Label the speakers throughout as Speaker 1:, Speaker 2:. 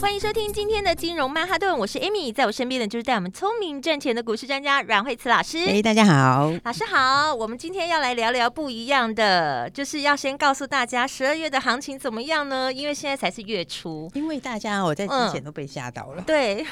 Speaker 1: 欢迎收听今天的金融曼哈顿，我是 Amy，在我身边的就是带我们聪明赚钱的股市专家阮慧慈老师。
Speaker 2: 哎、大家好。
Speaker 1: 老师好，我们今天要来聊聊不一样的，就是要先告诉大家十二月的行情怎么样呢？因为现在才是月初，
Speaker 2: 因为大家我哦在之
Speaker 1: 嗯
Speaker 2: 前都被吓到了，
Speaker 1: 对，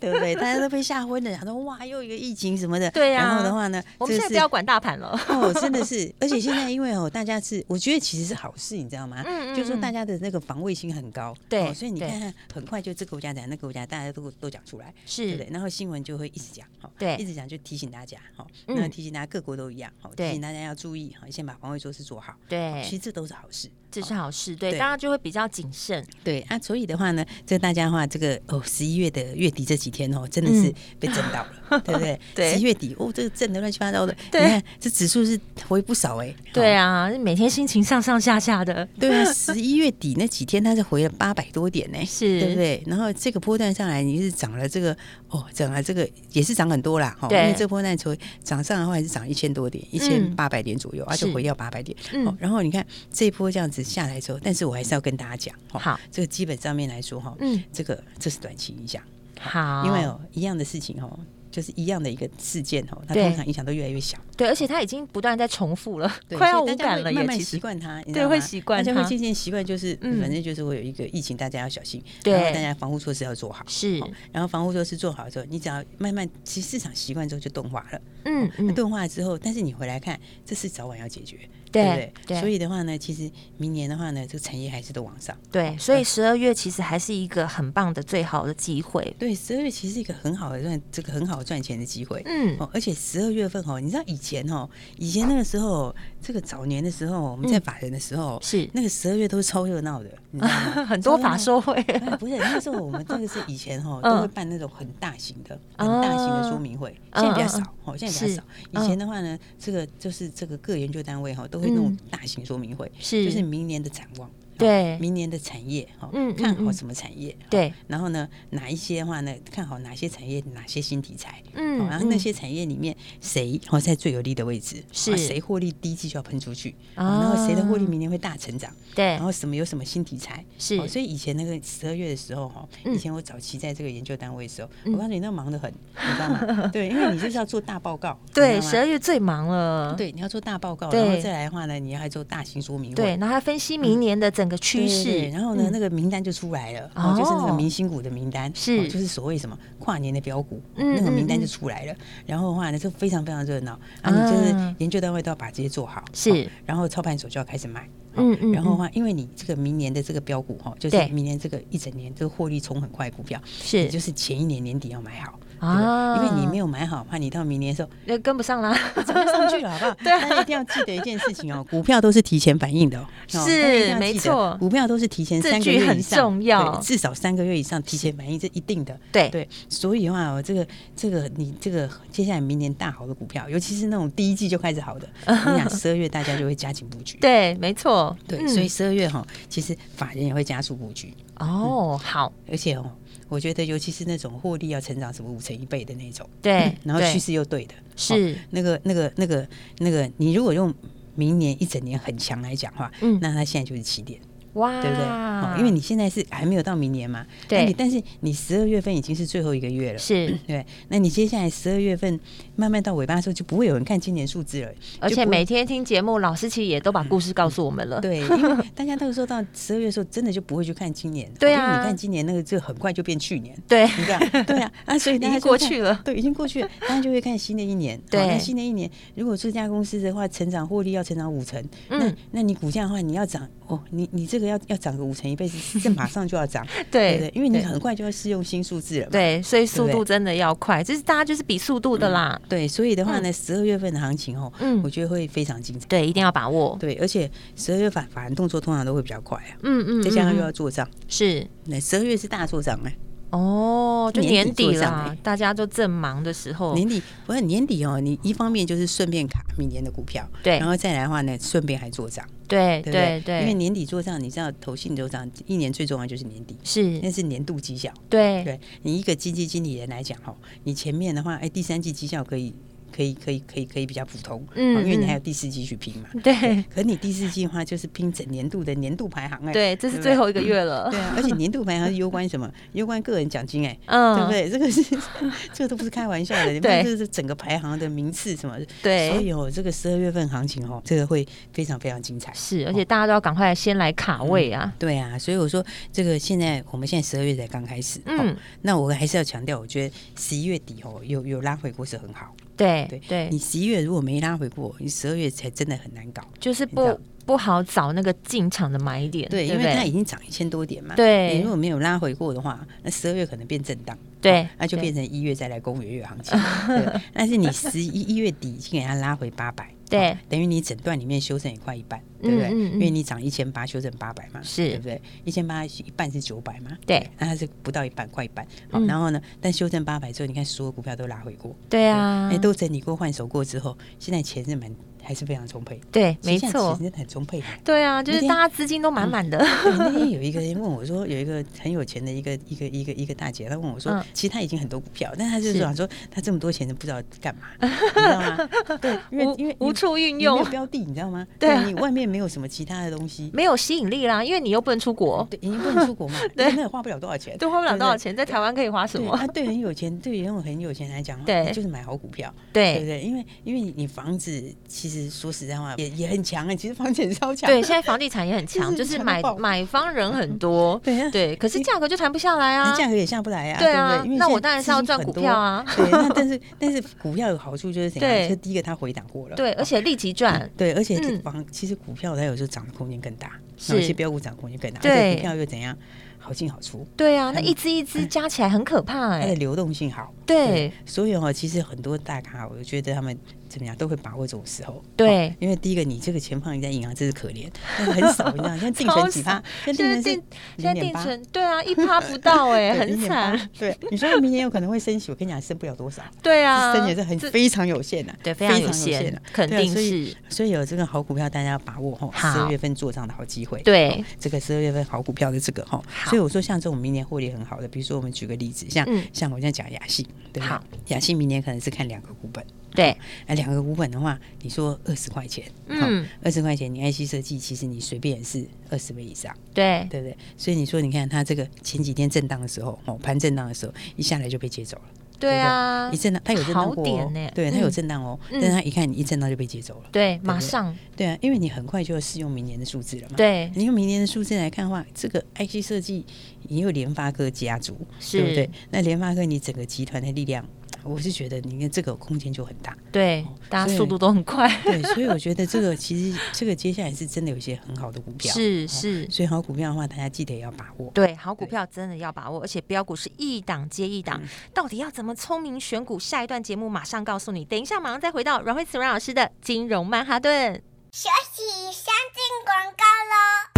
Speaker 2: 对不对？大家都被吓昏了，想说哇，又一个疫情什么的。
Speaker 1: 对啊
Speaker 2: 然后的话呢，
Speaker 1: 我们现在
Speaker 2: 这
Speaker 1: 不
Speaker 2: 是
Speaker 1: 要管大盘了。
Speaker 2: 哦，真的是，而且现在因为哦，大家是，我觉得其实是好事，你知道吗？
Speaker 1: 嗯嗯
Speaker 2: 就是说大
Speaker 1: 嗯
Speaker 2: 家的那个防卫心很高，
Speaker 1: 对
Speaker 2: 哦所以你
Speaker 1: 对
Speaker 2: 看，很快就这个国家讲那个国家，大家都都讲出来，对不对
Speaker 1: 是？
Speaker 2: 然后新闻就会一直讲，哦，
Speaker 1: 对
Speaker 2: 一直讲就提醒大家，哦，
Speaker 1: 嗯
Speaker 2: 那提醒大家各国都一样，哦，
Speaker 1: 对
Speaker 2: 提醒大家要注意，哈，先把防卫措施做好，
Speaker 1: 对
Speaker 2: 其实这都是好事，哦
Speaker 1: 这是好事，对，
Speaker 2: 对
Speaker 1: 大家就会比较谨慎，
Speaker 2: 对啊，所以的话呢，这大家的话，这个哦，十一月的月底这几天哦，真的是
Speaker 1: 嗯
Speaker 2: 被震到了，对不对？
Speaker 1: 对
Speaker 2: 十一月底哦，这个震的乱七八糟的，
Speaker 1: 对
Speaker 2: 你看这指数是回不少哎、
Speaker 1: 对
Speaker 2: 哦。
Speaker 1: 啊，每天心情上上下下的，
Speaker 2: 对啊，十一月底那几天它是回了八百多点呢、
Speaker 1: 是
Speaker 2: 对不对？然后这个波段上来，你是涨了这个哦，涨了这个也是涨很多啦，哈、哦
Speaker 1: 对嗯
Speaker 2: 因为这波段从涨上来的话，还是涨一千多点，一千八百点左右，啊，
Speaker 1: 是
Speaker 2: 就回到八百点。
Speaker 1: 嗯
Speaker 2: 哦，然后你看这一波这样子下来之后，但是我还是要跟大家讲，哦
Speaker 1: 好，
Speaker 2: 这个基本上面来说，哈、
Speaker 1: 嗯，
Speaker 2: 这个这是短期影响，
Speaker 1: 好，
Speaker 2: 因为哦一样的事情哦，就是一样的一个事件哦，它
Speaker 1: 对
Speaker 2: 通常影响都越来越小，
Speaker 1: 对，而且它已经不断在重复了，
Speaker 2: 对
Speaker 1: 快要
Speaker 2: 所以
Speaker 1: 无
Speaker 2: 大家
Speaker 1: 感
Speaker 2: 会
Speaker 1: 了
Speaker 2: 慢
Speaker 1: 耶，
Speaker 2: 慢
Speaker 1: 其
Speaker 2: 习
Speaker 1: 实，
Speaker 2: 惯它，你知
Speaker 1: 对
Speaker 2: 道
Speaker 1: 会
Speaker 2: 吗
Speaker 1: 习惯
Speaker 2: 大家
Speaker 1: 它
Speaker 2: 会渐渐习惯，就是
Speaker 1: 嗯
Speaker 2: 反正就是会有一个疫情，大家要小心，
Speaker 1: 对
Speaker 2: 然后大家防护措施要做好，
Speaker 1: 是
Speaker 2: 哦，然后防护措施做好之后，你只要慢慢，其实市场习惯之后就钝化了，
Speaker 1: 嗯
Speaker 2: 那
Speaker 1: 嗯，
Speaker 2: 钝化之后，但是你回来看，这事早晚要解决，
Speaker 1: 对
Speaker 2: 不对？
Speaker 1: 对
Speaker 2: 所以的话呢，其实明年的话呢，这个产业还是都往上。
Speaker 1: 对，所以十二月其实还是一个很棒的最好的机会，
Speaker 2: 对，十二月其实是一个很好的赚，这个很好赚钱的机会。
Speaker 1: 嗯
Speaker 2: 哦，而且十二月份哦，你知道以前哦，以前那个时候，这个早年的时候，我
Speaker 1: 嗯
Speaker 2: 们在法人的时候，
Speaker 1: 是
Speaker 2: 那个十二月都是超热闹的， 你知道吗
Speaker 1: 很多法。
Speaker 2: 超热闹
Speaker 1: 说 会，
Speaker 2: 哎不是那时候，我们这个是以前哦，
Speaker 1: 嗯
Speaker 2: 都会办那种很大型的、很大型的说明会，
Speaker 1: 啊
Speaker 2: 现在比
Speaker 1: 嗯嗯
Speaker 2: 较少，哦，现在比较
Speaker 1: 嗯
Speaker 2: 少。以前的话呢，这个就是这个各研究单位哈，都会那种
Speaker 1: 嗯
Speaker 2: 大型说明会，
Speaker 1: 是
Speaker 2: 就是哦明年的展望，
Speaker 1: 对
Speaker 2: 明年的产业哈
Speaker 1: 嗯嗯，
Speaker 2: 看好
Speaker 1: 嗯
Speaker 2: 什么产业，
Speaker 1: 对，
Speaker 2: 然后呢，哪一些的话呢？看好哪些产业，哪些新题材。
Speaker 1: 嗯
Speaker 2: 哦然后那些产业里面谁哦在最有利的位置，
Speaker 1: 是
Speaker 2: 啊谁获利低绩就要喷出去，哦
Speaker 1: 啊
Speaker 2: 然后谁的获利明年会大成长，
Speaker 1: 对
Speaker 2: 然后什么有什么新题材，
Speaker 1: 哎是
Speaker 2: 哦所以以前那个十二月的时候哈，
Speaker 1: 嗯
Speaker 2: 以前我早期在这个研究单位的时候，
Speaker 1: 嗯
Speaker 2: 我告诉你那忙得很，你知道 吗？对，因为你就是要做大报告，
Speaker 1: 对，
Speaker 2: 你知道吗
Speaker 1: 十二月最忙了，
Speaker 2: 对，你要做大报告，
Speaker 1: 对
Speaker 2: 然后再来的话呢，你要做大型说明会，
Speaker 1: 对，然后还分析明年的整个趋
Speaker 2: 对对
Speaker 1: 势
Speaker 2: 对，然后呢，
Speaker 1: 嗯
Speaker 2: 那个名单就出来了，哦，就是那
Speaker 1: 哦
Speaker 2: 个明星股的名单，
Speaker 1: 是
Speaker 2: 哦就是所谓什么跨年的标股，
Speaker 1: 嗯
Speaker 2: 那个名单
Speaker 1: 嗯
Speaker 2: 就
Speaker 1: 嗯
Speaker 2: 出来了。然后的话呢，就非常非常热闹，啊，你就是
Speaker 1: 啊
Speaker 2: 研究单位都要把这些做好，
Speaker 1: 是
Speaker 2: 哦然后操盘手就要开始卖。哦
Speaker 1: 嗯嗯
Speaker 2: 然后的
Speaker 1: 嗯
Speaker 2: 话，因为你这个明年的这个标股哈，哦就是
Speaker 1: 对
Speaker 2: 明年这个一整年这个获利冲很快的股票，
Speaker 1: 是
Speaker 2: 你就是前一年年底要买好
Speaker 1: 啊
Speaker 2: 对不对因为你没有买好的话，你到明年 的时候
Speaker 1: 那跟不上啦，
Speaker 2: 怎么上去了，好不好？
Speaker 1: 啊
Speaker 2: 对，大家一定要记得一件事情 哦，股票都是提前反应的哦，
Speaker 1: 是
Speaker 2: 哦大家一定要记得
Speaker 1: 没错
Speaker 2: 股票都是提前
Speaker 1: 这
Speaker 2: 三个
Speaker 1: 句
Speaker 2: 月以上
Speaker 1: 很重要
Speaker 2: 对至少三个月以上提前反应，这一定的。
Speaker 1: 对
Speaker 2: 对，所以的话哦，这个这个你这个接下来明年大好的股票，尤其是那种第一季就开 始好的，你想十二月大家就会加紧布局。
Speaker 1: 对，没错，
Speaker 2: 对，
Speaker 1: 嗯
Speaker 2: 所以十二月哈，其实法人也会加速布局，嗯
Speaker 1: 哦，好，
Speaker 2: 而且哦，我觉得尤其是那种获利要成长什么五成一倍的那种，
Speaker 1: 对，
Speaker 2: 嗯然后
Speaker 1: 对
Speaker 2: 趋势又对的，哦
Speaker 1: 是
Speaker 2: 那个、那个、那个、那个，你如果用明年一整年很强来讲话，
Speaker 1: 嗯
Speaker 2: 那它现在就是起点，
Speaker 1: 哇，
Speaker 2: 对不对？哦，因为你现在是还没有到明年嘛，
Speaker 1: 对
Speaker 2: 那你但是你十二月份已经是最后一个月了，
Speaker 1: 是
Speaker 2: 对。那你接下来十二月份慢慢到尾巴的时候，就不会有人看今年数字了，
Speaker 1: 而
Speaker 2: 就
Speaker 1: 且
Speaker 2: 不会
Speaker 1: 每天听节目，老师其实也都把故事告诉我们 了，
Speaker 2: 对，因为大家到时候到十二月的时候，真的就不会去看今年了，
Speaker 1: 对
Speaker 2: 因为
Speaker 1: 啊
Speaker 2: 你看今年那个就很快就变去年，
Speaker 1: 对
Speaker 2: 你知道？对啊，啊，所以大
Speaker 1: 已经
Speaker 2: 家就
Speaker 1: 过
Speaker 2: 会看
Speaker 1: 去了
Speaker 2: 对，已经过去了，大家就会看新的一年。好
Speaker 1: 对
Speaker 2: 那新的一年，如果这家公司的话，成长获利要成长五成，那
Speaker 1: 嗯
Speaker 2: 那你股价的话，你要涨哦，你你这个要要涨个五成一倍是这马上就要涨，对不
Speaker 1: 对
Speaker 2: 对？因为你
Speaker 1: 对
Speaker 2: 很快就要适用新数字了嘛。
Speaker 1: 对，所以速
Speaker 2: 对不
Speaker 1: 度
Speaker 2: 对嗯
Speaker 1: 真的要快，这是大家就是比速度的啦。
Speaker 2: 对，所以的话呢，十二月份的行情哦，
Speaker 1: 嗯
Speaker 2: 我觉得会非常精彩。
Speaker 1: 对，一定要把握。
Speaker 2: 对，而且十二月法法人动作通常都会比较快啊，
Speaker 1: 嗯嗯，
Speaker 2: 再加上
Speaker 1: 嗯
Speaker 2: 又要做账，
Speaker 1: 是
Speaker 2: 那十二月是大做账哎，
Speaker 1: 哦，就
Speaker 2: 年
Speaker 1: 年
Speaker 2: 底
Speaker 1: 底
Speaker 2: 做账
Speaker 1: 啦
Speaker 2: 哎，
Speaker 1: 大家都正忙的时候，
Speaker 2: 年底不是年底哦，你一方面就是顺便卡明年的股票，
Speaker 1: 对
Speaker 2: 然后再来的话呢，顺便还做账，
Speaker 1: 对
Speaker 2: 对不
Speaker 1: 对
Speaker 2: 对？因为
Speaker 1: 对，
Speaker 2: 年底做账，你知道投信做账一年最重要就是年底，
Speaker 1: 是，
Speaker 2: 那是年度绩效。
Speaker 1: 对
Speaker 2: 对你一个基金经理人来讲哦，你前面的话，哎，第三季绩效可以可以可以可以可以比较普通，
Speaker 1: 嗯
Speaker 2: 哦因为
Speaker 1: 嗯
Speaker 2: 你还有第四季去拼 嘛。
Speaker 1: 对
Speaker 2: 可你第四季的话，就是拼整年度的年度排行哎、
Speaker 1: 对，这
Speaker 2: 对
Speaker 1: 是
Speaker 2: 不
Speaker 1: 最
Speaker 2: 对
Speaker 1: 后一个月了
Speaker 2: 对，啊，而且年度排行是攸关什么？攸关个人奖金哎、
Speaker 1: 嗯，
Speaker 2: 对不对？这个是 这个都不是开玩笑的，你
Speaker 1: 对
Speaker 2: 看这是整个排行的名次什么的。
Speaker 1: 对
Speaker 2: 所以哦，这个十二月份行情哦，这个会非常非常精彩。
Speaker 1: 是，而且大家都要赶快先来卡位啊。
Speaker 2: 对啊，所以我说这个现在我们现在十二月才刚开始，
Speaker 1: 嗯
Speaker 2: 哦，那我还是要强调，我觉得十一月底哦，有有拉回过是很好。
Speaker 1: 对
Speaker 2: 嗯对
Speaker 1: 对
Speaker 2: 你，十一月如果没拉回过，你十二月才真的很难搞。
Speaker 1: 就是
Speaker 2: 知
Speaker 1: 不
Speaker 2: 道
Speaker 1: 不好找那个进场的买点，
Speaker 2: 对，
Speaker 1: 不
Speaker 2: 因为它已经涨一千多点嘛，
Speaker 1: 对
Speaker 2: 你如果没有拉回过的话，那十二月可能变震荡，
Speaker 1: 对
Speaker 2: 哦那就
Speaker 1: 对
Speaker 2: 变成一月再来攻五月行情， 对，但是你十一一月底已经给它拉回八百，
Speaker 1: 对
Speaker 2: 哦等于你整段里面修正也快一半，对不对？
Speaker 1: 嗯嗯嗯
Speaker 2: 因为你涨一千八，修正八百嘛，
Speaker 1: 是
Speaker 2: 对不对？一千八一半是九百嘛，
Speaker 1: 对，
Speaker 2: 那它是不到一半，快一半，好，
Speaker 1: 嗯
Speaker 2: 然后呢，但修正八百之后，你看所有股票都拉回过，
Speaker 1: 对啊
Speaker 2: 哎，，都整理过换手过之后，现在钱是蛮还是非常充沛，
Speaker 1: 对，
Speaker 2: 其
Speaker 1: 没
Speaker 2: 实现在
Speaker 1: 错
Speaker 2: 钱，真的很充沛的。
Speaker 1: 对啊，就是
Speaker 2: 那天
Speaker 1: 大家资金都满满的，
Speaker 2: 对那天有一个人问我说，有一个很有钱的一个一个一个一个大姐，她问我说，
Speaker 1: 嗯
Speaker 2: 其实她已经很多股票，但她就是是想说，她这么多钱都不知道干嘛，你知道吗？对，因为因为
Speaker 1: 无无处运
Speaker 2: 你没有
Speaker 1: 用，
Speaker 2: 标的，你知道吗？
Speaker 1: 对啊
Speaker 2: 你外面没有什么其他的东西，
Speaker 1: 没有吸引力啦，因为你又不能出国，
Speaker 2: 对，因为不能出国嘛，
Speaker 1: 对
Speaker 2: 那也花不了多少钱，
Speaker 1: 都花不了
Speaker 2: 对
Speaker 1: 多少。钱，在台湾可以花什
Speaker 2: 对，
Speaker 1: 么？
Speaker 2: 他对很有钱，对于那种很有钱来讲，
Speaker 1: 对
Speaker 2: 就是买好股票，对不
Speaker 1: 对
Speaker 2: 对？因为因为你房子其实说实在话也也很强啊，其实房子也超强，
Speaker 1: 对，现在房地产也很强，
Speaker 2: 是
Speaker 1: 就是
Speaker 2: 强
Speaker 1: 买
Speaker 2: 爆
Speaker 1: 买方人很 多，
Speaker 2: 对啊
Speaker 1: 对，可是
Speaker 2: 你
Speaker 1: 价格就谈不下来
Speaker 2: 那
Speaker 1: 啊，
Speaker 2: 价格也下不来啊，
Speaker 1: 对
Speaker 2: 对
Speaker 1: 啊
Speaker 2: 不对？因为
Speaker 1: 那
Speaker 2: 现在
Speaker 1: 我当然是要
Speaker 2: 资金
Speaker 1: 赚
Speaker 2: 很
Speaker 1: 股
Speaker 2: 多
Speaker 1: 票啊
Speaker 2: 对，那但是但是股票有好处就是怎
Speaker 1: 对
Speaker 2: 样？就第一个它回档过了，哦
Speaker 1: 对，而且立即赚，
Speaker 2: 对，而且
Speaker 1: 嗯
Speaker 2: 房、其实股票它有时候涨的空间更大，
Speaker 1: 是
Speaker 2: 有一些标股涨的空间更大，而
Speaker 1: 对
Speaker 2: 且股票又怎样？好进好出，
Speaker 1: 对啊，那
Speaker 2: 嗯
Speaker 1: 一只一只加起来很可怕
Speaker 2: 它的
Speaker 1: 哎，
Speaker 2: 流动性好，
Speaker 1: 对，
Speaker 2: 所以哦，其实很多大咖，我觉得他们怎么样都会把握这种时候。
Speaker 1: 对
Speaker 2: 哦因为第一个，你这个钱放在银行真是可怜， 但是很少，你知道，现在定存几趴，现
Speaker 1: 现在
Speaker 2: 在定存
Speaker 1: 定
Speaker 2: 是
Speaker 1: 现在
Speaker 2: 零
Speaker 1: 定
Speaker 2: 点八，
Speaker 1: 存对啊，一趴不到哎，
Speaker 2: 对
Speaker 1: 很惨，。
Speaker 2: 0.8对，你说明年有可能会升息，我跟你讲，升不了多少。
Speaker 1: 对啊，
Speaker 2: 真的是很
Speaker 1: 这
Speaker 2: 非常有限的、
Speaker 1: 对非常有限
Speaker 2: 的
Speaker 1: 肯
Speaker 2: 对啊
Speaker 1: 定
Speaker 2: 所以
Speaker 1: 是
Speaker 2: 所以有这个好股票，大家要把握哈，十
Speaker 1: 好
Speaker 2: 二月份做账的好机会。
Speaker 1: 对
Speaker 2: 哦这个十二月份好股票的这个哈，
Speaker 1: 好
Speaker 2: 所以我说像这种明年获利很好的，比如说我们举个例子，像、
Speaker 1: 嗯
Speaker 2: 像我现在讲雅信，对
Speaker 1: 好
Speaker 2: 吧？雅信明年可能是看两个股本，
Speaker 1: 对
Speaker 2: 那两个股本的话，你说二十块钱，
Speaker 1: 嗯
Speaker 2: 嗯，二十块钱你 IC 设计，其实你随便也是二十倍以上，
Speaker 1: 对
Speaker 2: 对不对？所以你说你看它这个前几天震荡的时候，哦，盘震荡的时候，一下来就被接走了。
Speaker 1: 对啊
Speaker 2: 一，震荡，它有震荡
Speaker 1: 好
Speaker 2: 过、
Speaker 1: 点
Speaker 2: 哦，
Speaker 1: 呢
Speaker 2: 对，它
Speaker 1: 嗯
Speaker 2: 有震荡哦，
Speaker 1: 嗯
Speaker 2: 但它一看你一震荡就被接走了，
Speaker 1: 对，
Speaker 2: 不
Speaker 1: 马上
Speaker 2: 对啊，因为你很快就要适用明年的数字了嘛，，
Speaker 1: 对
Speaker 2: 你用明年的数字来看的话，这个 IC 设计也有联发科家族，
Speaker 1: 是
Speaker 2: 对不对？那联发科你整个集团的力量，我是觉得你看这个空间就很大，
Speaker 1: 对，大家
Speaker 2: 哦所以
Speaker 1: 速度都很快，
Speaker 2: 对， 所以我觉得这个其实这个接下来是真的有一些很好的股票，
Speaker 1: 是
Speaker 2: 哦
Speaker 1: 是。
Speaker 2: 所以好股票的话，大家记得也要把握。
Speaker 1: 对，好股
Speaker 2: 对
Speaker 1: 票真的要把握，而且标股是一档接一档，到底要怎么聪明选股？下一段节目马上告诉你。等一下，马上再回到阮慧慈阮老师的金融曼哈顿。
Speaker 3: 学习相进广告喽。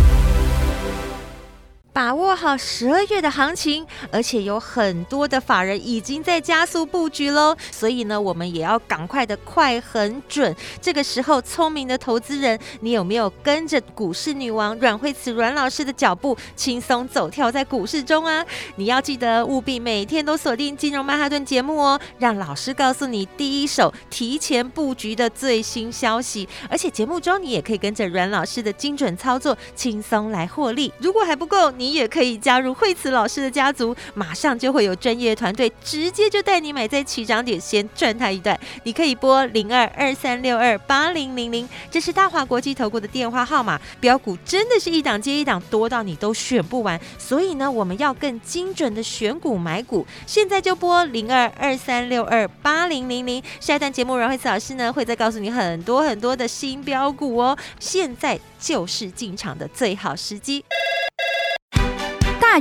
Speaker 1: 把握好十二月的行情，而且有很多的法人已经在加速布局喽，所以呢，我们也要赶快的快很准。这个时候，聪明的投资人，你有没有跟着股市女王阮慧慈阮老师的脚步，轻松走跳在股市中啊？你要记得务必每天都锁定《金融曼哈顿》节目哦，让老师告诉你第一手提前布局的最新消息。而且节目中你也可以跟着阮老师的精准操作，轻松来获利。如果还不够，你你也可以加入惠慈老师的家族，马上就会有专业团队直接就带你买在起涨点，先赚它一段。你可以拨零二二三六二八零零零，这是大华国际投顾的电话号码。标股真的是一档接一档，多到你都选不完，所以呢，我们要更精准的选股买股。现在就拨零二二三六二八零零零。下一段节目，阮慧慈老师呢会再告诉你很多很多的新标股哦，现在就是进场的最好时机。
Speaker 4: 大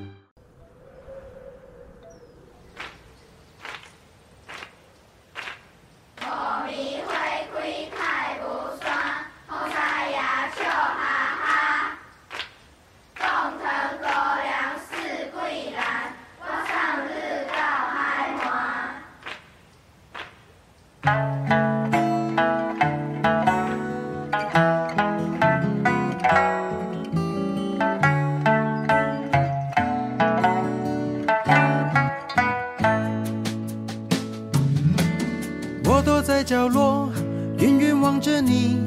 Speaker 5: 我躲在角落，远远望着你，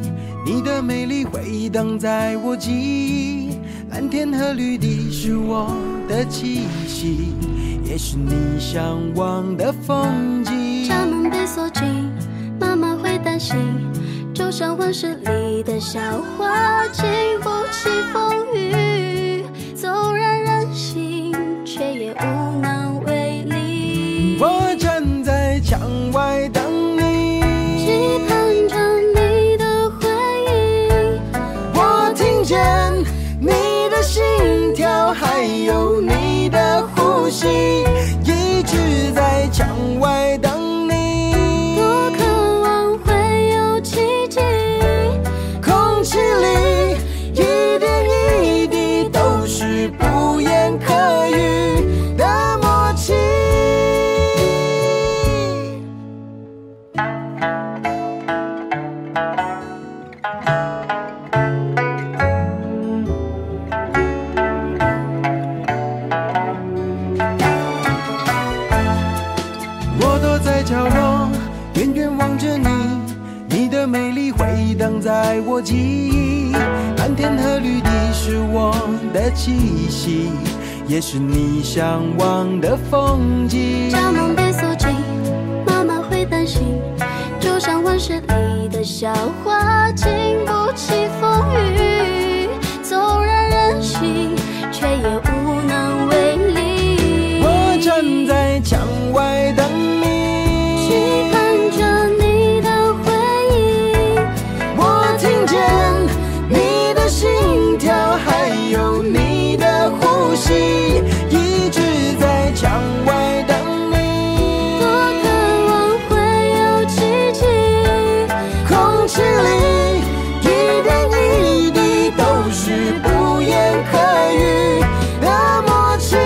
Speaker 5: 你的美丽回荡在我记忆。蓝天和绿地是我的气息，也是你向往的风景。
Speaker 6: 家门被锁紧，妈妈会担心，就像温室里的小花，经不起风雨，纵然任性，却也无能为力。
Speaker 5: 我站在墙外等你，
Speaker 6: 期盼着你的回应，
Speaker 5: 我听见你的心跳，还有你的呼吸，一直在墙外等你。
Speaker 6: 多渴望会有奇迹。
Speaker 5: 空气里一点一滴都是不言可语的默契。我躲在角落，远远望着你，你的美丽回荡在我记忆。蓝天和绿地是我的气息，也是你向往的风景。
Speaker 6: 家门被锁紧，妈妈会担心，就像温室里的小花，经不起风雨，纵然任性，却也无能为力。
Speaker 5: 我站在墙外等
Speaker 6: 期
Speaker 5: 你，
Speaker 6: 盼着你的回应，
Speaker 5: 我听见你的心跳，还有你的呼吸，一直在墙外等你。
Speaker 6: 多渴望会有奇迹。
Speaker 5: 空气里一点一滴都是不言可语的默契。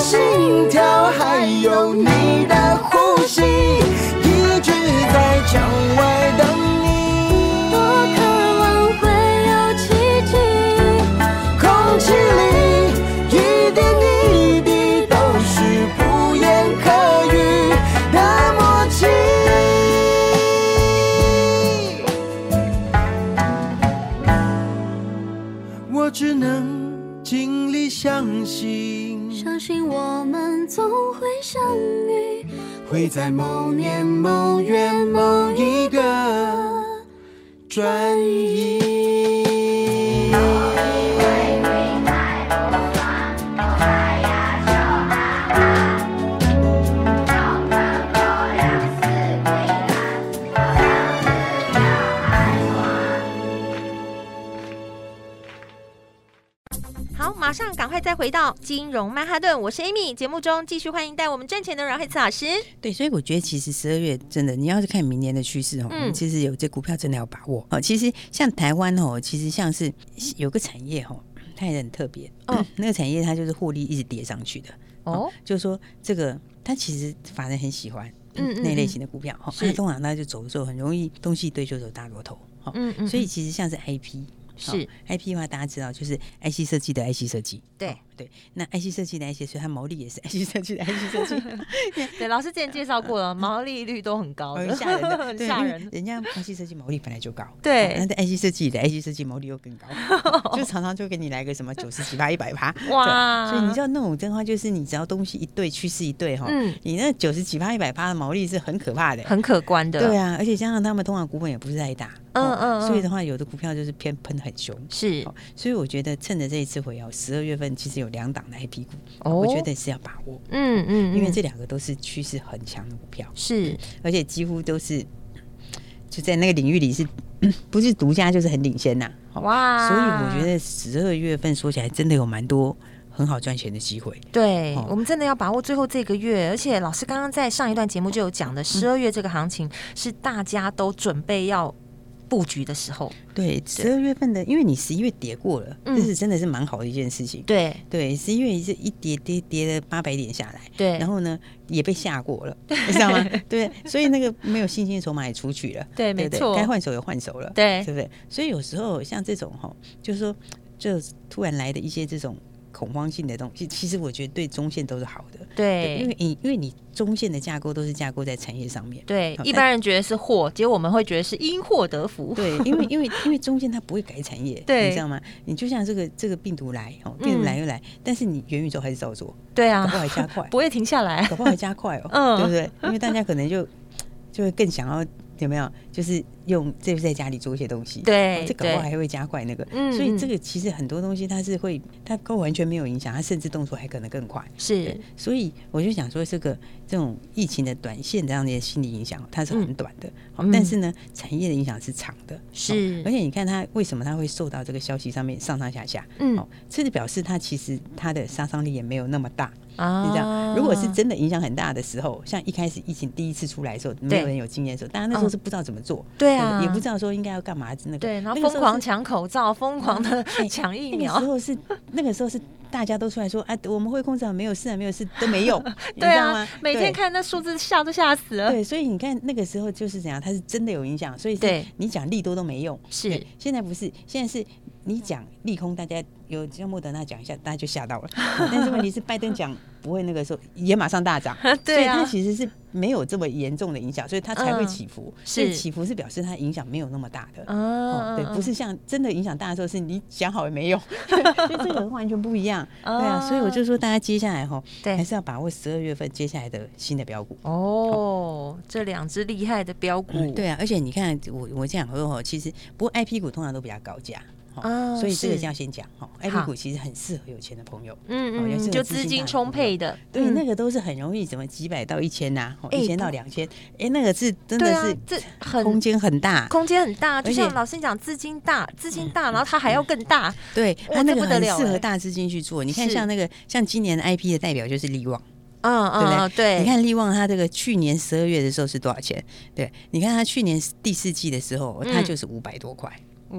Speaker 5: 心跳，还有你的呼吸，一直在窗外等你。
Speaker 6: 多渴望会有奇迹，
Speaker 5: 空气里一点一滴都是不言可语的默契。我只能尽力相信，
Speaker 6: 相信我们总会相遇。
Speaker 5: 会在某年某月某一个转移。
Speaker 1: 好，马上赶快再回到金融曼哈顿，我是 Amy。节目中继续欢迎带我们赚钱的阮慧慈老师。
Speaker 2: 对，所以我觉得其实十二月真的，你要是看明年的趋势哦，
Speaker 1: 嗯
Speaker 2: 我们其实有这股票真的要把握哦。其实像台湾哦，其实像是有个产业哦，它也很特别
Speaker 1: 哦
Speaker 2: 哦，那个产业它就是获利一直叠上去的
Speaker 1: 哦
Speaker 2: 哦，就是说这个它其实法人很喜欢。
Speaker 1: 嗯嗯
Speaker 2: 嗯
Speaker 1: 嗯
Speaker 2: 那类型的股票，哈、
Speaker 1: 是
Speaker 2: 那通常它就走的时候很容易东西一堆就走大多头，哈、
Speaker 1: 嗯嗯
Speaker 2: 所以其实像是 IP，
Speaker 1: 是
Speaker 2: 哦 IP 的话，大家知道就是 IC 设计的 IC 设计，
Speaker 1: 对
Speaker 2: 哦对，那 IC 设计的 IC，所以它毛利也是 IC 设计的 IC 设计，
Speaker 1: 对，老师之前介绍过了，毛利率都很高的，
Speaker 2: 很吓人 的，
Speaker 1: 很
Speaker 2: 对
Speaker 1: 吓
Speaker 2: 因为
Speaker 1: 人。
Speaker 2: 人家 IC 设计毛利本来就 高，啊
Speaker 1: 对
Speaker 2: 那但 IC 设计里的 IC 设计毛利 又更高，就常常就给你来个什么九十几趴、一百趴，
Speaker 1: 哇
Speaker 2: 对所以你知道那种真话就是，你只要东西一对，趋势一对哈，
Speaker 1: 嗯
Speaker 2: 你那九十几趴、一百趴的毛利是很可怕的。
Speaker 1: 很可观的，
Speaker 2: 对啊，而且加上他们通常股本也不是太大，
Speaker 1: 嗯
Speaker 2: 哦
Speaker 1: 嗯嗯
Speaker 2: 所以的话，有的股票就是偏喷得很凶，
Speaker 1: 是
Speaker 2: 哦所以我觉得趁着这一次回哦，十二月份其实有两档的 I P 股，
Speaker 1: 哦
Speaker 2: 我觉得是要把握，
Speaker 1: 嗯嗯，
Speaker 2: 因为
Speaker 1: 嗯
Speaker 2: 这两个都是趋势很强的股票，
Speaker 1: 是
Speaker 2: 而且几乎都是就在那个领域里是 不是独家就是很领先呐、哦
Speaker 1: 哇
Speaker 2: 所以我觉得十二月份说起来真的有蛮多很好赚钱的机会。
Speaker 1: 对、
Speaker 2: 哦
Speaker 1: 我们真的要把握最后这个月，而且老师刚刚在上一段节目就有讲
Speaker 2: 嗯
Speaker 1: 的，十二月这个行情是大家都准备要布局的时候，
Speaker 2: 对，十二月份的，因为你十一月跌过了，
Speaker 1: 嗯
Speaker 2: 这是真的是蛮好的一件事情。
Speaker 1: 对
Speaker 2: 对，十一月是一跌跌跌了八百点下来，
Speaker 1: 对
Speaker 2: 然后呢也被吓过了，你知道吗？对，所以那个没有信心的筹码也出去了，
Speaker 1: 对
Speaker 2: 不
Speaker 1: 没错
Speaker 2: 该换手也换手了，
Speaker 1: 对
Speaker 2: 对不对？所以有时候像这种哈，就是说，就突然来的一些这种恐慌性的东西，其实我觉得对中线都是好的，对，因
Speaker 1: 对
Speaker 2: 为你因为你中线的架构都是架构在产业上面，
Speaker 1: 对
Speaker 2: 好，
Speaker 1: 一般人觉得是祸，结果我们会觉得是因祸得福，
Speaker 2: 对，因为因为因为中间它不会改产业，
Speaker 1: 对
Speaker 2: 你知道吗？你就像这个这个病毒来哦，病毒来又来，
Speaker 1: 嗯
Speaker 2: 但是你元宇宙还是照做，
Speaker 1: 对
Speaker 2: 搞
Speaker 1: 啊
Speaker 2: 不，好还加快，
Speaker 1: 不会停下来，
Speaker 2: 搞不好还加快哦，
Speaker 1: 嗯
Speaker 2: 对不对？因为大家可能就就会更想要有没有，就是用这在家里做一些东西，
Speaker 1: 对
Speaker 2: 哦这搞不好
Speaker 1: 对
Speaker 2: 还会加快那个，
Speaker 1: 嗯
Speaker 2: 所以这
Speaker 1: 嗯
Speaker 2: 个其实很多东西它是会它跟完全没有影响，它甚至动作还可能更快，
Speaker 1: 是
Speaker 2: 对，所以我就想说，这个这种疫情的短线这样的一些心理影响，它是很短的，好、
Speaker 1: 嗯
Speaker 2: 但是呢，产业的影响是长的，
Speaker 1: 是
Speaker 2: 哦而且你看它为什么它会受到这个消息上面上上下下，
Speaker 1: 嗯
Speaker 2: 哦，这就表示它其实它的杀伤力也没有那么大，
Speaker 1: 啊
Speaker 2: 你知道，如果哦是真的影响很大的时候，像一开始疫情第一次出来的时候，没有人有经验的时候，大家那时候是不知道怎么做，呃
Speaker 1: 对啊
Speaker 2: 也不知道说应该要干嘛那个，
Speaker 1: 对，然
Speaker 2: 那
Speaker 1: 后
Speaker 2: 个时候
Speaker 1: 疯狂
Speaker 2: 是哎
Speaker 1: 抢口罩，疯狂的抢疫苗
Speaker 2: 那个时，候是那个时候是大家都出来说，哎、我们会控制好，没有事啊，没有事都 没用，你知
Speaker 1: 对
Speaker 2: 道
Speaker 1: 啊
Speaker 2: 吗？，
Speaker 1: 每天
Speaker 2: 对。
Speaker 1: 看那数字吓都吓死 了，
Speaker 2: 对，所以你看那个时候就是怎样，它是真的有影响，所以是
Speaker 1: 对
Speaker 2: 你讲利多都没用。
Speaker 1: 是，
Speaker 2: 对现在不是，现在是你讲利空，大家有像莫德纳讲一下，大家就吓到了。但是问题是，拜登讲不会那个时候也马上大涨
Speaker 1: 对啊
Speaker 2: 所以它其实是没有这么严重的影响，所以它才会
Speaker 1: 嗯
Speaker 2: 起伏。
Speaker 1: 是
Speaker 2: 所以起伏是表示它影响没有那么大的。哦，
Speaker 1: 啊
Speaker 2: 对，不是像真的影响大的时候，是你讲好也没 用，所以这个完全不一样。对啊，所以我就说大家接下来哈，
Speaker 1: 对
Speaker 2: 还是要把握十二月份接下来的新的标股。
Speaker 1: 哦，这两只厉害的标股，
Speaker 2: 对啊，而且你看，我我这样说哦，其实不过 I P 股通常都比较高价，哦
Speaker 1: 啊
Speaker 2: 所以这个
Speaker 1: 是
Speaker 2: 就要先讲哈。I P
Speaker 1: 好
Speaker 2: 股其实很适合有钱的朋友，哦
Speaker 1: 嗯
Speaker 2: 尤
Speaker 1: 嗯，
Speaker 2: 其是
Speaker 1: 就
Speaker 2: 有
Speaker 1: 资金
Speaker 2: 大的
Speaker 1: 充
Speaker 2: 朋友
Speaker 1: 沛的，
Speaker 2: 对，
Speaker 1: 嗯
Speaker 2: 那个都是很容易，怎么几百到一千呐，哦
Speaker 1: 哎
Speaker 2: 一千到
Speaker 1: 不
Speaker 2: 两千，哎，那个是真
Speaker 1: 对
Speaker 2: 的
Speaker 1: 啊
Speaker 2: 是
Speaker 1: 这很
Speaker 2: 空间很大，
Speaker 1: 空间很大，就
Speaker 2: 而
Speaker 1: 像
Speaker 2: 且嗯
Speaker 1: 老师你讲，资金大，资金大，然后它还要更大，
Speaker 2: 对，啊
Speaker 1: 哇
Speaker 2: 它
Speaker 1: 这
Speaker 2: 那个
Speaker 1: 不得
Speaker 2: 很
Speaker 1: 了
Speaker 2: 适
Speaker 1: 哎
Speaker 2: 合大资金去做。你看，
Speaker 1: 是
Speaker 2: 像那个像今年的 I P 的代表就是利旺。
Speaker 1: 嗯
Speaker 2: 对不
Speaker 1: 嗯
Speaker 2: 对？
Speaker 1: 嗯，对，
Speaker 2: 你看利旺它这个去年十二月的时候是多少钱？对，你看它去年第四季的时候，它
Speaker 1: 嗯
Speaker 2: 就是五百多块。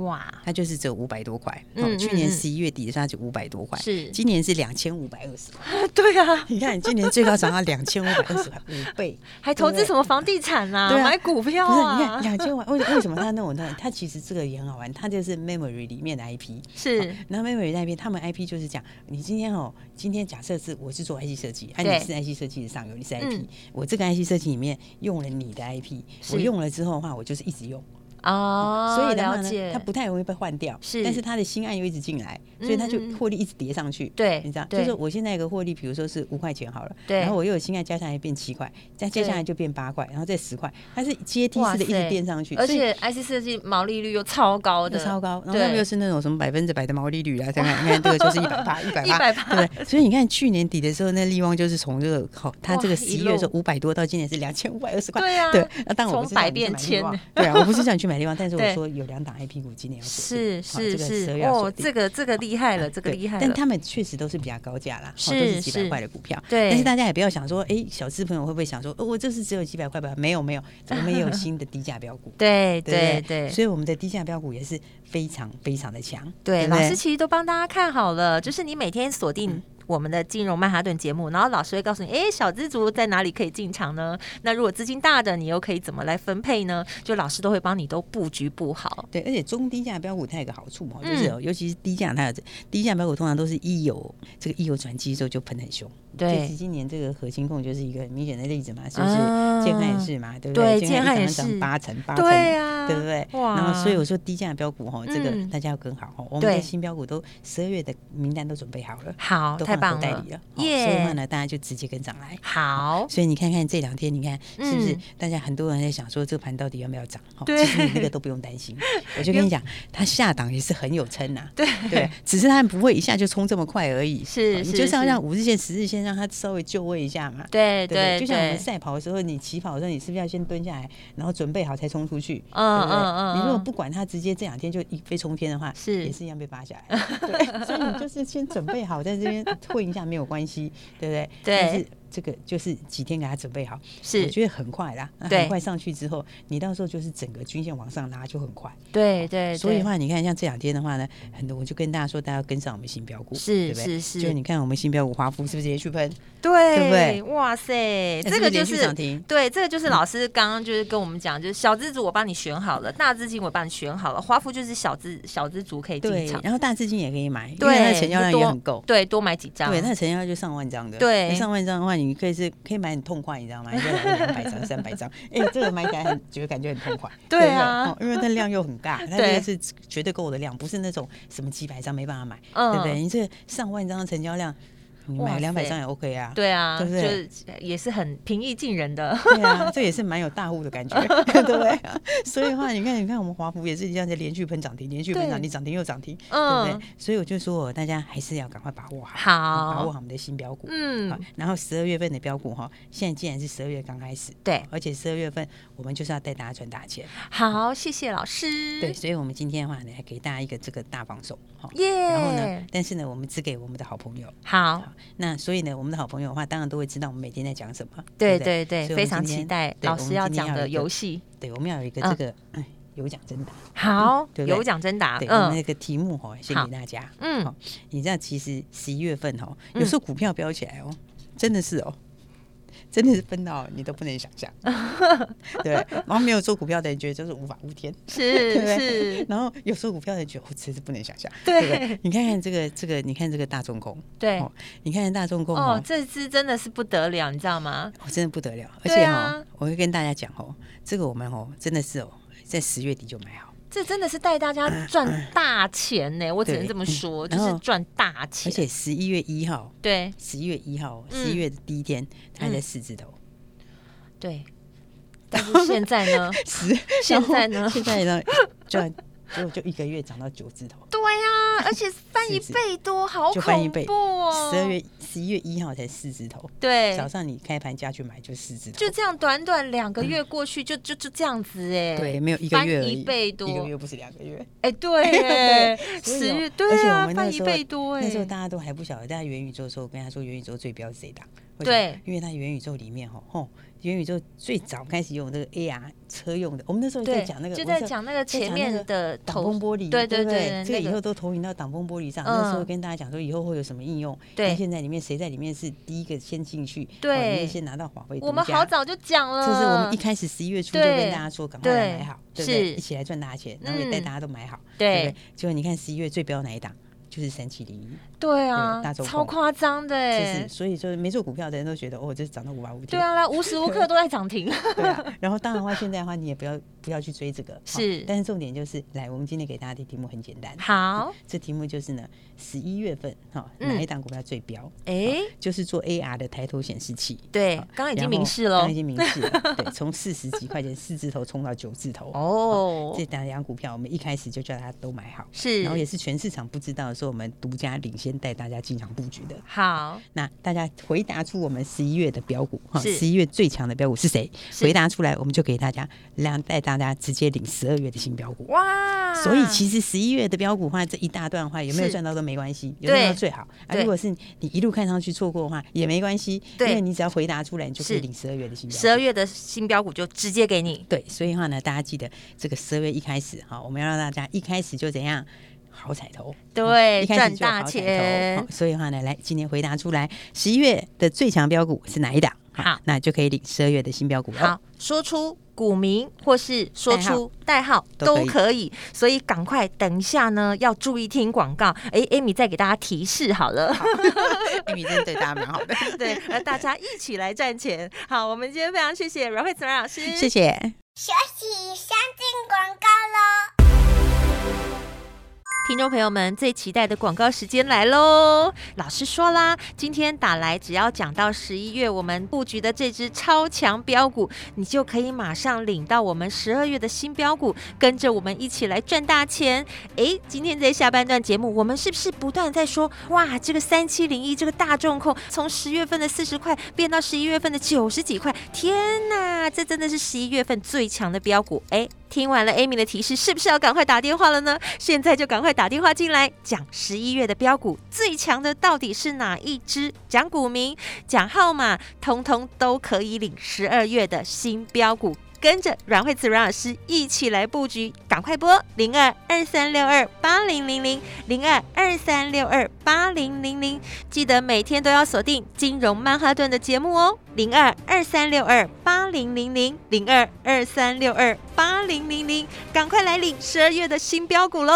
Speaker 1: 哇，
Speaker 2: 它就是只有五百多块。
Speaker 1: 嗯
Speaker 2: 哦，去年
Speaker 1: 嗯嗯
Speaker 2: 十一月底的时候它就五百多块，
Speaker 1: 是
Speaker 2: 今年是两千五百二十块。
Speaker 1: 对啊，
Speaker 2: 你看，今年最高涨到两千五百二十块，五倍。
Speaker 1: 还投资什么房地产啦、
Speaker 2: 对啊
Speaker 1: 买股票
Speaker 2: 不是，你看
Speaker 1: 啊，
Speaker 2: 两千万，为为什么他那种呢？他其实这个也很好玩，他就是 memory 里面的 IP。
Speaker 1: 是
Speaker 2: 那 memory 那边，他们 IP 就是讲，你今天哦，今天假设是我是做 IC 设计，哎、
Speaker 1: 对
Speaker 2: 你是 IC 设计的上游，你是 IP，、
Speaker 1: 嗯
Speaker 2: 我这个 IC 设计里面用了你的 IP，
Speaker 1: 是
Speaker 2: 我用了之后的话，我就是一直用，
Speaker 1: 哦，
Speaker 2: 所以的话
Speaker 1: 了
Speaker 2: 呢，
Speaker 1: 解
Speaker 2: 它，不太容易被换掉，
Speaker 1: 是
Speaker 2: 但是它的新案又一直进来，所以它就
Speaker 1: 嗯嗯嗯
Speaker 2: 获利一直叠上去，
Speaker 1: 对
Speaker 2: 你知道，
Speaker 1: 对
Speaker 2: 就是我现在有个获利，比如说是五块钱好了，
Speaker 1: 对
Speaker 2: 然后我又有新案加上来变七块，再接下来就变八块，然后再十块，它是阶梯式的一直变上去，
Speaker 1: 而
Speaker 2: 所以
Speaker 1: 且 IC 设计毛利率又超高
Speaker 2: 又
Speaker 1: 的，
Speaker 2: 超高，然后
Speaker 1: 对
Speaker 2: 他们又是那种什么百分之百的毛利率啊，再 看，你看这个就是一百八，一百八，
Speaker 1: 180
Speaker 2: 对不对。所以你看去年底的时候，那利旺就是从这个好，它这个
Speaker 1: 哇
Speaker 2: 十
Speaker 1: 一
Speaker 2: 一月的时候
Speaker 1: 路
Speaker 2: 五百多，到今年是两千五百二十块，
Speaker 1: 对啊
Speaker 2: 对。那当然我不
Speaker 1: 从
Speaker 2: 是叫
Speaker 1: 百
Speaker 2: 你去
Speaker 1: 变
Speaker 2: 买利
Speaker 1: 千
Speaker 2: 旺
Speaker 1: 呢
Speaker 2: 对啊，我不是叫你去买利旺，但是
Speaker 1: 对
Speaker 2: 我说有两档 IP 股今年要锁定
Speaker 1: 是
Speaker 2: 好
Speaker 1: 是
Speaker 2: 这个12
Speaker 1: 是
Speaker 2: 月要锁
Speaker 1: 哦，
Speaker 2: 定
Speaker 1: 这个这个厉害了，这个
Speaker 2: 对
Speaker 1: 厉害
Speaker 2: 但
Speaker 1: 了，
Speaker 2: 他们确实都是比较高价啦，
Speaker 1: 是
Speaker 2: 好都是几
Speaker 1: 是
Speaker 2: 百块的股票。
Speaker 1: 对。
Speaker 2: 但是大家也不要想说，哎，小资朋友会不会想说，哦，我这是只有几百块吧？没有没有，我们也有新的低价标股
Speaker 1: 对
Speaker 2: 对不
Speaker 1: 对对，
Speaker 2: 所以我们的低价标股也是非常非常的强。
Speaker 1: 对，
Speaker 2: 不嗯
Speaker 1: 老师其实都帮大家看好了，就是你每天锁定。我们的金融曼哈顿节目，然后老师会告诉你，哎，小资族在哪里可以进场呢？那如果资金大的，你又可以怎么来分配呢？就老师都会帮你都布局布好。
Speaker 2: 对，而且中低价标股它有一个好处哦，就
Speaker 1: 嗯
Speaker 2: 是有尤其是低价，它有低价标股通常都是一有这个一有转机之后就喷很凶。
Speaker 1: 对
Speaker 2: 就今年这个核心控就是一个很明显的例子嘛，是不是
Speaker 1: 啊？
Speaker 2: 建汉也是嘛，对不
Speaker 1: 对
Speaker 2: 对？
Speaker 1: 建汉也
Speaker 2: 一涨
Speaker 1: 是
Speaker 2: 涨八成，八成，
Speaker 1: 对啊
Speaker 2: 对不对？
Speaker 1: 哇
Speaker 2: 然后所以我说低价标股哦哈，这个
Speaker 1: 嗯
Speaker 2: 大家要跟好哈。我们
Speaker 1: 对
Speaker 2: 的新标股都十二月的名单都准备好了，
Speaker 1: 好，
Speaker 2: 都
Speaker 1: 太
Speaker 2: 放
Speaker 1: 棒
Speaker 2: 口袋
Speaker 1: 了
Speaker 2: 里了，哦，所以的话
Speaker 1: 耶！
Speaker 2: 呢，大家就直接跟涨来。
Speaker 1: 好，
Speaker 2: 所以你看看这两天，你看是不是
Speaker 1: 哦嗯
Speaker 2: 大家很多人在想说这个盘到底要不要涨？哦
Speaker 1: 对
Speaker 2: 其实你那个都不用 担心，我就跟你讲，它下档也是很有撑呐。
Speaker 1: 对
Speaker 2: 对，只是它不会一下就冲这么快而已。
Speaker 1: 是
Speaker 2: 哦你
Speaker 1: 是
Speaker 2: 就是要
Speaker 1: 是
Speaker 2: 让五日线、十日线让它稍微就位一下嘛。
Speaker 1: 对
Speaker 2: 不对
Speaker 1: 哎对，
Speaker 2: 就像我们
Speaker 1: 对
Speaker 2: 赛跑的时候，你起跑的时候，你是不是要先蹲下来，然后准备好才冲出去？
Speaker 1: 嗯
Speaker 2: 对不对
Speaker 1: 嗯嗯
Speaker 2: 你如果
Speaker 1: 嗯
Speaker 2: 不管它，直接这两天就一飞冲天的话，
Speaker 1: 是
Speaker 2: 也是一样被扒下来。对，所以你就是先准备好，在这边混一下没有关系，对不对？
Speaker 1: 对
Speaker 2: 但是这个就是几天给它准备好，我
Speaker 1: 是，
Speaker 2: 觉得很快啦。那
Speaker 1: 对
Speaker 2: 很快上去之后，你到时候就是整个均线往上拉就很快。
Speaker 1: 对哎对，
Speaker 2: 所以
Speaker 1: 对
Speaker 2: 的话，你看像这两天的话呢，很多我就跟大家说，大家要跟上我们新标股，
Speaker 1: 是
Speaker 2: 对不对
Speaker 1: 是是
Speaker 2: 就你看我们新标股华孚是不是也去喷？
Speaker 1: 对
Speaker 2: 对不对
Speaker 1: 哇塞，
Speaker 2: 是
Speaker 1: 哎这
Speaker 2: 不
Speaker 1: 个
Speaker 2: 是
Speaker 1: 就
Speaker 2: 连续
Speaker 1: 是
Speaker 2: 涨停
Speaker 1: 对，这个就是老师刚刚就是跟我们讲，就是小资族我帮你选好了，大资金我帮你选好了，华孚就是小资小资族可以进
Speaker 2: 对
Speaker 1: 场，，
Speaker 2: 然后大资金也可以买，因为
Speaker 1: 对，
Speaker 2: 它的成交量
Speaker 1: 就
Speaker 2: 也
Speaker 1: 多
Speaker 2: 很够。
Speaker 1: 对，多买几张，
Speaker 2: 对，它的成交量就上万张的。
Speaker 1: 对
Speaker 2: 那上万张的话，你可以是可以买很痛快，你 知道吗？一个人两百张、三百张，哎，这个买起来很觉得感觉很痛快。
Speaker 1: 对
Speaker 2: 不
Speaker 1: 啊
Speaker 2: 哦因为它量又很 大，它
Speaker 1: 对
Speaker 2: 这个是绝对够的量，不是那种什么几百张没办法买，
Speaker 1: 嗯
Speaker 2: 对不对？你这个上万张的成交量，你
Speaker 1: 哇
Speaker 2: 买两百
Speaker 1: 塞
Speaker 2: 张也 OK 啊。
Speaker 1: 对啊，
Speaker 2: 对不对
Speaker 1: 就是也是很平易近人的，
Speaker 2: 对啊，这也是蛮有大户的 感觉，对不对？所以的话，你看，你看我们华孚也是一样在连续喷涨停，连续喷涨
Speaker 1: 对
Speaker 2: 停，涨停又涨停，
Speaker 1: 嗯
Speaker 2: 对不对？所以我就说，大家还是要赶快把握好，
Speaker 1: 好
Speaker 2: 把握好我们的新标股。好
Speaker 1: 嗯，
Speaker 2: 然后十二月份的标股哈，现在既然是十二月刚开始，
Speaker 1: 对
Speaker 2: 而且十二月份我们就是要带大家赚大钱，
Speaker 1: 好，谢谢老师，
Speaker 2: 对，所以我们今天的话呢，给大家一个这个大放手哈，
Speaker 1: 耶，
Speaker 2: 然后呢，但是呢，我们只给我们的好朋友，
Speaker 1: 好，
Speaker 2: 那所以呢，我们的好朋友的话，当然都会知道我们每天在讲什么。
Speaker 1: 对
Speaker 2: 不
Speaker 1: 对对，
Speaker 2: 所以我
Speaker 1: 非
Speaker 2: 们
Speaker 1: 常
Speaker 2: 今
Speaker 1: 期
Speaker 2: 天
Speaker 1: 待
Speaker 2: 对
Speaker 1: 老
Speaker 2: 我们
Speaker 1: 师要
Speaker 2: 今天
Speaker 1: 讲
Speaker 2: 有
Speaker 1: 的
Speaker 2: 一个
Speaker 1: 游戏，
Speaker 2: 对，我们要有一个
Speaker 1: 嗯
Speaker 2: 这个哎有奖征答。
Speaker 1: 好，
Speaker 2: 嗯对不对
Speaker 1: 有奖征答，
Speaker 2: 对，我们
Speaker 1: 嗯
Speaker 2: 那个题目哈，先
Speaker 1: 好
Speaker 2: 给大家。
Speaker 1: 嗯
Speaker 2: 好，你知道其实十一月份哈，有时候股票飙起来哦，真的是哦。真的是分到你都不能想 象，对。然后没有做股票的人觉得就是无法无天， 对不
Speaker 1: 是
Speaker 2: 对
Speaker 1: 是，
Speaker 2: 然后有时候股票的人觉得我真是不能想象，
Speaker 1: 对
Speaker 2: 不对？你看看这个这个，你看这个大众工，
Speaker 1: 对
Speaker 2: 哦，你看看大众工
Speaker 1: 哦
Speaker 2: 哦，，
Speaker 1: 这只真的是不得了，你知道吗？
Speaker 2: 我真的不得了。而
Speaker 1: 对
Speaker 2: 且
Speaker 1: 啊
Speaker 2: 哦，我会跟大家讲哦，这个我们哦真的是哦，在十月底就买好。
Speaker 1: 这真的是带大家赚大钱 呢、我只能
Speaker 2: 对
Speaker 1: 这么说，
Speaker 2: 嗯
Speaker 1: 就
Speaker 2: 然
Speaker 1: 是
Speaker 2: 后
Speaker 1: 赚大钱。
Speaker 2: 而且十一月一号，
Speaker 1: 对
Speaker 2: 十一月一号，
Speaker 1: 嗯
Speaker 2: 十一月的第一天，它还在
Speaker 1: 嗯
Speaker 2: 四字头，
Speaker 1: 对，但是现在 呢？
Speaker 2: 十、
Speaker 1: 现在呢
Speaker 2: 现在呢，就就就一个月涨到九字头，
Speaker 1: 对呀、而且翻一
Speaker 2: 是不是
Speaker 1: 倍多，好
Speaker 2: 就翻一
Speaker 1: 恐
Speaker 2: 倍
Speaker 1: 怖哦！
Speaker 2: 十二月十一月一号才四字头，
Speaker 1: 对
Speaker 2: 早，上你开盘价去买就四字头，
Speaker 1: 就这样，短短两个月过去，就就就这样子哎、
Speaker 2: 对，，没有一个月而
Speaker 1: 翻
Speaker 2: 已，
Speaker 1: 一倍多
Speaker 2: 一个月不是两个月，
Speaker 1: 哎、对耶，
Speaker 2: 所以
Speaker 1: 十
Speaker 2: 哦
Speaker 1: 月
Speaker 2: 而
Speaker 1: 对
Speaker 2: 且我
Speaker 1: 啊，
Speaker 2: 们那
Speaker 1: 翻
Speaker 2: 个
Speaker 1: 一
Speaker 2: 时候
Speaker 1: 倍多哎、
Speaker 2: 那时候大家都还不晓得，大家元宇宙的时候，我跟他说元宇宙最标是谁打，为什么
Speaker 1: 对，
Speaker 2: 因为它元宇宙里面吼吼，元宇宙最早开始用这个 AR 车用的，我们那时候在
Speaker 1: 对
Speaker 2: 讲那个，
Speaker 1: 就
Speaker 2: 我们
Speaker 1: 在
Speaker 2: 是
Speaker 1: 讲那个
Speaker 2: 在
Speaker 1: 前
Speaker 2: 讲那
Speaker 1: 面
Speaker 2: 个
Speaker 1: 的
Speaker 2: 挡
Speaker 1: 头
Speaker 2: 风，玻璃，
Speaker 1: 对
Speaker 2: 对
Speaker 1: 对
Speaker 2: 不
Speaker 1: 对
Speaker 2: 这个以
Speaker 1: 那个
Speaker 2: 后都投影到挡风玻璃上。
Speaker 1: 嗯
Speaker 2: 那时候跟大家讲说，以后会有什么应用？
Speaker 1: 对
Speaker 2: 那现在里面谁在里面是第一个先进去？
Speaker 1: 对
Speaker 2: 哦里面先拿到华为独
Speaker 1: 我们
Speaker 2: 家
Speaker 1: 好，早就讲了，
Speaker 2: 这是我们一开始十一月初就
Speaker 1: 对
Speaker 2: 跟大家说，赶快
Speaker 1: 对
Speaker 2: 来买好，对不对？
Speaker 1: 是
Speaker 2: 一起来赚大钱，然后也带
Speaker 1: 嗯
Speaker 2: 大家都买好，对
Speaker 1: 对
Speaker 2: 不对？结果你看十一月最标哪一档？就是三七零一，
Speaker 1: 对啊
Speaker 2: 对大，众
Speaker 1: 超
Speaker 2: 控
Speaker 1: 夸张的
Speaker 2: 就
Speaker 1: 哎
Speaker 2: 是，所以说没做股票的人都觉得哦，这涨到五百五
Speaker 1: 对
Speaker 2: 天，
Speaker 1: 啊，来无时无刻都在涨停，
Speaker 2: 对啊。然后当然的话，现在的话你也不要不要去追这个，哦
Speaker 1: 是
Speaker 2: 但是重点就是，来，我们今天给大家的题目很简单，
Speaker 1: 好，
Speaker 2: 这题目就是呢，十一月份哈、
Speaker 1: 嗯
Speaker 2: 哪一档股票最标？
Speaker 1: 哎，
Speaker 2: 就是做 AR 的抬头显示器。
Speaker 1: 对
Speaker 2: 好，
Speaker 1: 刚刚已经
Speaker 2: 然后
Speaker 1: 明示
Speaker 2: 刚
Speaker 1: 了
Speaker 2: 刚已，经明示了。对，从四十几块钱四字头冲到九字头。
Speaker 1: 哦
Speaker 2: 这，两档股票我们一开始就叫大家都买好，
Speaker 1: 是
Speaker 2: 然后也是全市场不知道的时候，我们独家领先带大家进场布局的。
Speaker 1: 好，
Speaker 2: 那大家回答出我们十一月的标股哈，
Speaker 1: 是
Speaker 2: 十一月最强的标股是谁？
Speaker 1: 是
Speaker 2: 回答出来，我们就给大家让带大家直接领十二月的新标股。
Speaker 1: 哇，
Speaker 2: 所以其实十一月的标股的话，这一大段的话有没
Speaker 1: 嗯
Speaker 2: 有
Speaker 1: 是
Speaker 2: 赚到都没关系，
Speaker 1: 对
Speaker 2: 有赚到最好。啊，
Speaker 1: 对
Speaker 2: 如果是你一路看上去错过的话也没关系，因
Speaker 1: 对
Speaker 2: 为你只要回答出来，你就可以
Speaker 1: 是
Speaker 2: 领十二月的新标股。
Speaker 1: 十二月的新标股就直接给你，
Speaker 2: 对，所以的话呢，大家记得这个十二月一开始哈，我们要让大家一开始就怎样。好彩头，
Speaker 1: 对
Speaker 2: 一开始就
Speaker 1: 赚大
Speaker 2: 好彩头
Speaker 1: 钱
Speaker 2: 好所以的话呢，来今天回答出来，十一月的最强标股是哪一档？
Speaker 1: 好
Speaker 2: 那就可以领十二月的新标股了。
Speaker 1: 好，说出股名或是说出代号
Speaker 2: 代号
Speaker 1: 都
Speaker 2: 都
Speaker 1: 可以，所以赶快等一下呢，要注意听广告。哎，Amy 再给大家提示好了，
Speaker 2: 艾米真的对大家蛮好的，
Speaker 1: 对，而大家一起来赚钱。好，我们今天非常谢谢阮慧慈阮老师，
Speaker 2: 谢谢。
Speaker 3: 学习先进广告喽。
Speaker 1: 听众朋友们最期待的广告时间来喽！老师说啦，今天打来只要讲到十一月我们布局的这只超强标股，你就可以马上领到我们十二月的新标股，跟着我们一起来赚大钱。诶，哎今天在下半段节目，我们是不是不断在说，哇，这个三七零一这个大众控从十月份的四十块变到十一月份的九十几块，天哪，这真的是十一月份最强的标股！诶，听完了 Amy 的提示，是不是要赶快打电话了呢？现在就赶快打电话进来，讲十一月的标股最强的到底是哪一只？讲股名、讲号码，通通都可以领十二月的新标股。跟着阮慧慈阮老师一起来布局，赶快拨零二二三六二八零零零零二二三六二八零零零，记得每天都要锁定《金融曼哈顿》的节目哦，零二二三六二八零零零零二二三六二八零零零，赶快来领十二月的新标股喽！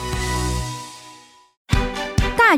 Speaker 4: 大